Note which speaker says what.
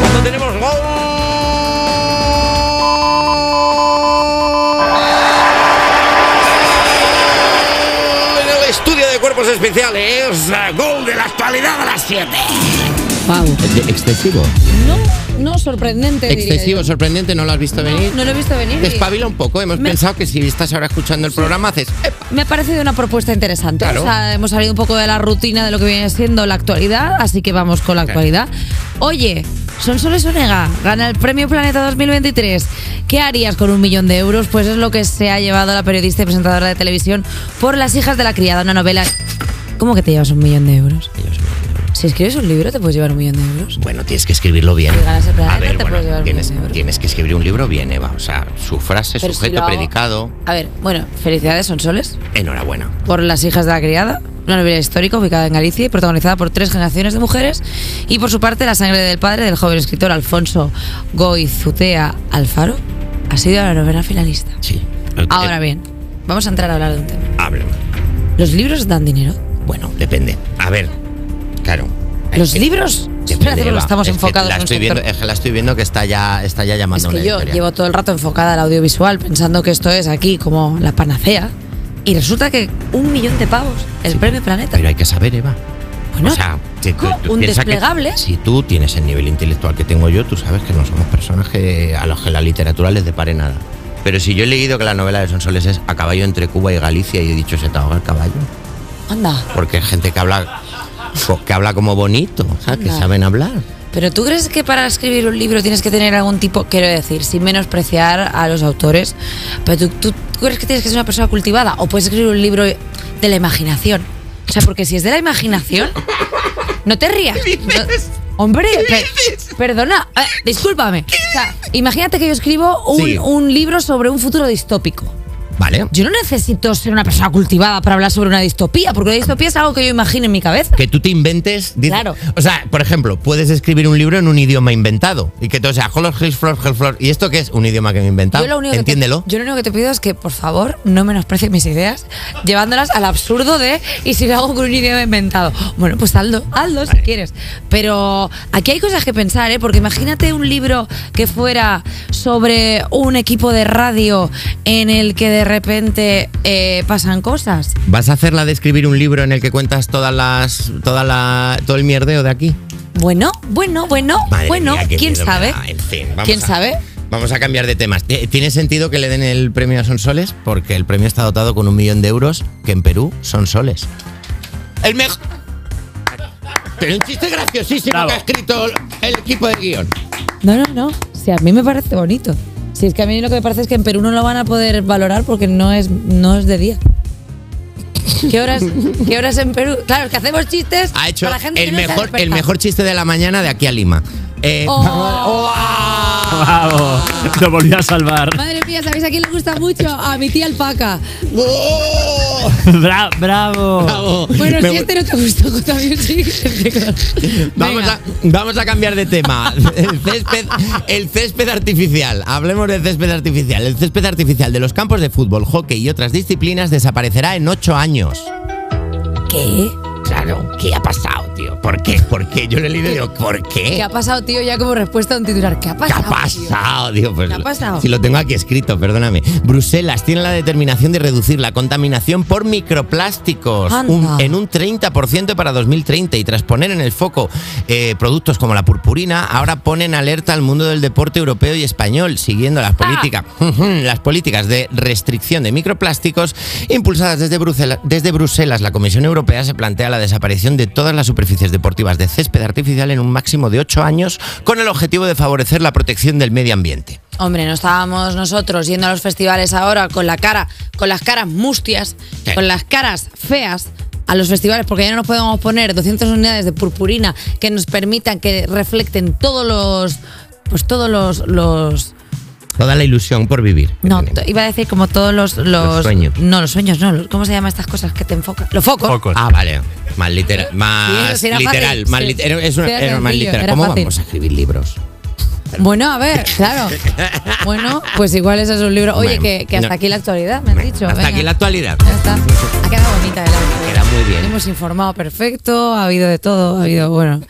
Speaker 1: cuando tenemos gol. En el estudio de cuerpos especiales, gol de la actualidad a las 7.
Speaker 2: Wow.
Speaker 3: Excesivo.
Speaker 2: No, no, sorprendente. diría
Speaker 3: Excesivo,
Speaker 2: yo.
Speaker 3: sorprendente, no lo has visto venir.
Speaker 2: No lo he visto venir. y-
Speaker 3: Despabila un poco, hemos
Speaker 2: Me- Eh.
Speaker 3: pensado que si estás ahora escuchando el programa haces... "Epa".
Speaker 2: Me ha parecido una propuesta interesante.
Speaker 3: Claro.
Speaker 2: O sea, hemos salido un poco de la rutina de lo que viene siendo la actualidad, así que vamos con la actualidad. Oye, Sonsoles Onega gana el Premio Planeta 2023. ¿Qué harías con un millón de euros? Pues es lo que se ha llevado la periodista y presentadora de televisión por Las hijas de la criada, una novela. ¿Cómo que te llevas un millón de euros? Si escribes un libro, te puedes llevar un millón de euros.
Speaker 3: Bueno, tienes que escribirlo bien.
Speaker 2: Si ganas el
Speaker 3: A
Speaker 2: planeta,
Speaker 3: ver,
Speaker 2: te puedes llevar
Speaker 3: bueno,
Speaker 2: un
Speaker 3: tienes,
Speaker 2: libro.
Speaker 3: tienes que escribir un libro bien, Eva. O sea, su frase,
Speaker 2: Pero si
Speaker 3: sujeto,
Speaker 2: lo hago-
Speaker 3: predicado.
Speaker 2: A ver, bueno, felicidades, Sonsoles.
Speaker 3: Enhorabuena.
Speaker 2: por Las hijas de la criada, una novela histórica ubicada en Galicia y protagonizada por tres generaciones de mujeres, y por su parte La sangre del padre del joven escritor Alfonso Goizutea Alfaro ha sido la novela finalista.
Speaker 3: Sí.
Speaker 2: Ahora
Speaker 3: Eh,
Speaker 2: bien, vamos a entrar a hablar de un tema.
Speaker 3: Háblame.
Speaker 2: ¿Los libros dan dinero?
Speaker 3: Bueno, depende. A ver, claro.
Speaker 2: ¿Los
Speaker 3: Eh,
Speaker 2: libros?
Speaker 3: depende,
Speaker 2: Espérate, porque
Speaker 3: Eva.
Speaker 2: estamos
Speaker 3: Es que
Speaker 2: enfocados
Speaker 3: la
Speaker 2: en un
Speaker 3: estoy
Speaker 2: sector.
Speaker 3: viendo, eh, Es que la estoy viendo que está ya, está ya
Speaker 2: Es
Speaker 3: llamando
Speaker 2: que
Speaker 3: una
Speaker 2: yo
Speaker 3: editorial.
Speaker 2: llevo todo el rato enfocada al audiovisual pensando que esto es aquí como la panacea y resulta que un millón de pavos el
Speaker 3: Sí,
Speaker 2: premio Planeta.
Speaker 3: Pero hay que saber, Eva.
Speaker 2: Bueno,
Speaker 3: o sea, si tú- tú
Speaker 2: un
Speaker 3: piensas que
Speaker 2: desplegable.
Speaker 3: si tú tienes el nivel intelectual que tengo yo, tú sabes que no somos personas que- a los que la literatura les depare nada. Pero si yo he leído que la novela de Sonsoles es A caballo entre Cuba y Galicia y he dicho se te ahoga el caballo,
Speaker 2: Anda.
Speaker 3: porque es gente que habla co- que habla como bonito, ¿sabes? que
Speaker 2: Anda.
Speaker 3: saben hablar.
Speaker 2: Pero tú crees que para escribir un libro tienes que tener algún tipo, quiero decir, sin menospreciar a los autores, pero tú, tú- tú crees que tienes que ser una persona cultivada o puedes escribir un libro de la imaginación. O sea, porque si es de la imaginación, no te rías. No- hombre, pe- perdona, eh, discúlpame. O sea, imagínate que yo escribo un,
Speaker 3: Sí.
Speaker 2: un libro sobre un futuro distópico.
Speaker 3: Vale.
Speaker 2: Yo no necesito ser una persona cultivada para hablar sobre una distopía, porque la distopía es algo que yo imagino en mi cabeza.
Speaker 3: Que tú te inventes. dice-
Speaker 2: Claro.
Speaker 3: O sea, por ejemplo, puedes escribir un libro en un idioma inventado. Y que todo sea Holos, Hills, Flor, Hell, Flor. ¿Y esto qué es? Un idioma que me he inventado.
Speaker 2: Yo lo, único que te-
Speaker 3: Entiéndelo.
Speaker 2: yo lo único que te pido es que, por favor, no menosprecies mis ideas, llevándolas al absurdo de y si lo hago con un idioma inventado. Bueno, pues hazlo, hazlo si quieres. Pero aquí hay cosas que pensar, ¿eh? Porque imagínate un libro que fuera sobre un equipo de radio en el que de repente eh, pasan cosas.
Speaker 3: ¿Vas a hacer la de escribir un libro en el que cuentas todas las. Toda la, todo el mierdeo de aquí?
Speaker 2: Bueno, bueno, bueno,
Speaker 3: Madre
Speaker 2: bueno,
Speaker 3: mía, qué
Speaker 2: ¿quién
Speaker 3: miedo me
Speaker 2: sabe?
Speaker 3: da. ¿eh? En fin, vamos
Speaker 2: ¿Quién
Speaker 3: a-
Speaker 2: sabe?
Speaker 3: Vamos a cambiar de temas. Eh, ¿Tiene sentido que le den el premio a Sonsoles? Porque el premio está dotado con un millón de euros, que en Perú son soles. El mejor. Pero un chiste graciosísimo
Speaker 4: Bravo.
Speaker 3: que ha escrito el equipo de guión.
Speaker 2: No, no, no. Si a mí me parece bonito. Si es que a mí lo que me parece es que en Perú no lo van a poder valorar porque no es, no es de día. ¿Qué horas, ¿Qué horas en Perú? Claro, es que hacemos chistes
Speaker 3: ha hecho
Speaker 2: para la gente que
Speaker 3: el
Speaker 2: no se ha
Speaker 3: mejor, el
Speaker 2: despertado.
Speaker 3: mejor chiste de la mañana de aquí a Lima. Eh,
Speaker 2: Oh.
Speaker 3: ¡Oh!
Speaker 4: Bravo, lo volvió a salvar.
Speaker 2: Madre mía, ¿sabéis a quién le gusta mucho? A mi tía alpaca.
Speaker 3: ¡Oh!
Speaker 4: Bra- bravo.
Speaker 3: Bravo.
Speaker 2: Bueno,
Speaker 3: Me
Speaker 2: si
Speaker 3: gu-
Speaker 2: este no te gustó, también sí. Venga.
Speaker 3: Vamos a, vamos a cambiar de tema. El césped, el césped artificial. Hablemos del césped artificial. El césped artificial de los campos de fútbol, hockey y otras disciplinas desaparecerá en ocho años.
Speaker 2: ¿Qué?
Speaker 3: Claro, ¿qué ha pasado, tío? ¿Por qué? ¿Por qué? Yo le he leído y digo, ¿por
Speaker 2: ¿Qué
Speaker 3: qué?
Speaker 2: ha pasado, tío? Ya como respuesta a un titular. ¿Qué ha
Speaker 3: ¿Qué
Speaker 2: pasado?
Speaker 3: ha
Speaker 2: tío?
Speaker 3: pasado? Digo, pues,
Speaker 2: ¿Qué ha pasado?
Speaker 3: Si lo tengo aquí escrito, perdóname. Bruselas tiene la determinación de reducir la contaminación por microplásticos
Speaker 2: Anda.
Speaker 3: un- en un 30% para 2030 y tras poner en el foco eh, productos como la purpurina, ahora ponen alerta al mundo del deporte europeo y español, siguiendo las políticas, las políticas de restricción de microplásticos impulsadas desde Bruselas. Desde Bruselas, la Comisión Europea se plantea la desaparición de todas las superficies deportivas de césped artificial en un máximo de 8 años con el objetivo de favorecer la protección del medio ambiente.
Speaker 2: Hombre, no estábamos nosotros yendo a los festivales ahora con la cara, con las caras mustias,
Speaker 3: Sí.
Speaker 2: con las caras feas a los festivales porque ya no nos podemos poner 200 unidades de purpurina que nos permitan que reflecten todos los pues todos los los
Speaker 3: Toda la ilusión por vivir. que
Speaker 2: no,
Speaker 3: tenemos.
Speaker 2: t- iba a decir como todos los, los
Speaker 3: Los sueños.
Speaker 2: No, los sueños no, los- ¿cómo se llama estas cosas que te enfocan? Los focos.
Speaker 4: Focos.
Speaker 3: Ah, vale. Más literal.
Speaker 2: Sí,
Speaker 3: Más
Speaker 2: sí, era
Speaker 3: literal.
Speaker 2: fácil,
Speaker 3: más
Speaker 2: sí.
Speaker 3: lit- era- es una-
Speaker 2: Era
Speaker 3: era más
Speaker 2: sencillo,
Speaker 3: literal.
Speaker 2: era
Speaker 3: ¿Cómo
Speaker 2: fácil.
Speaker 3: vamos a escribir libros?
Speaker 2: Bueno, a ver, claro. Bueno, pues igual ese es un libro. Oye,
Speaker 3: Bueno,
Speaker 2: que, que hasta
Speaker 3: no.
Speaker 2: aquí la actualidad, me han
Speaker 3: Bueno,
Speaker 2: dicho.
Speaker 3: Hasta
Speaker 2: venga.
Speaker 3: aquí la actualidad.
Speaker 2: Ya está. Ha quedado bonita el audio.
Speaker 3: Queda muy bien.
Speaker 2: Hemos informado perfecto, ha habido de todo, ha habido, bueno.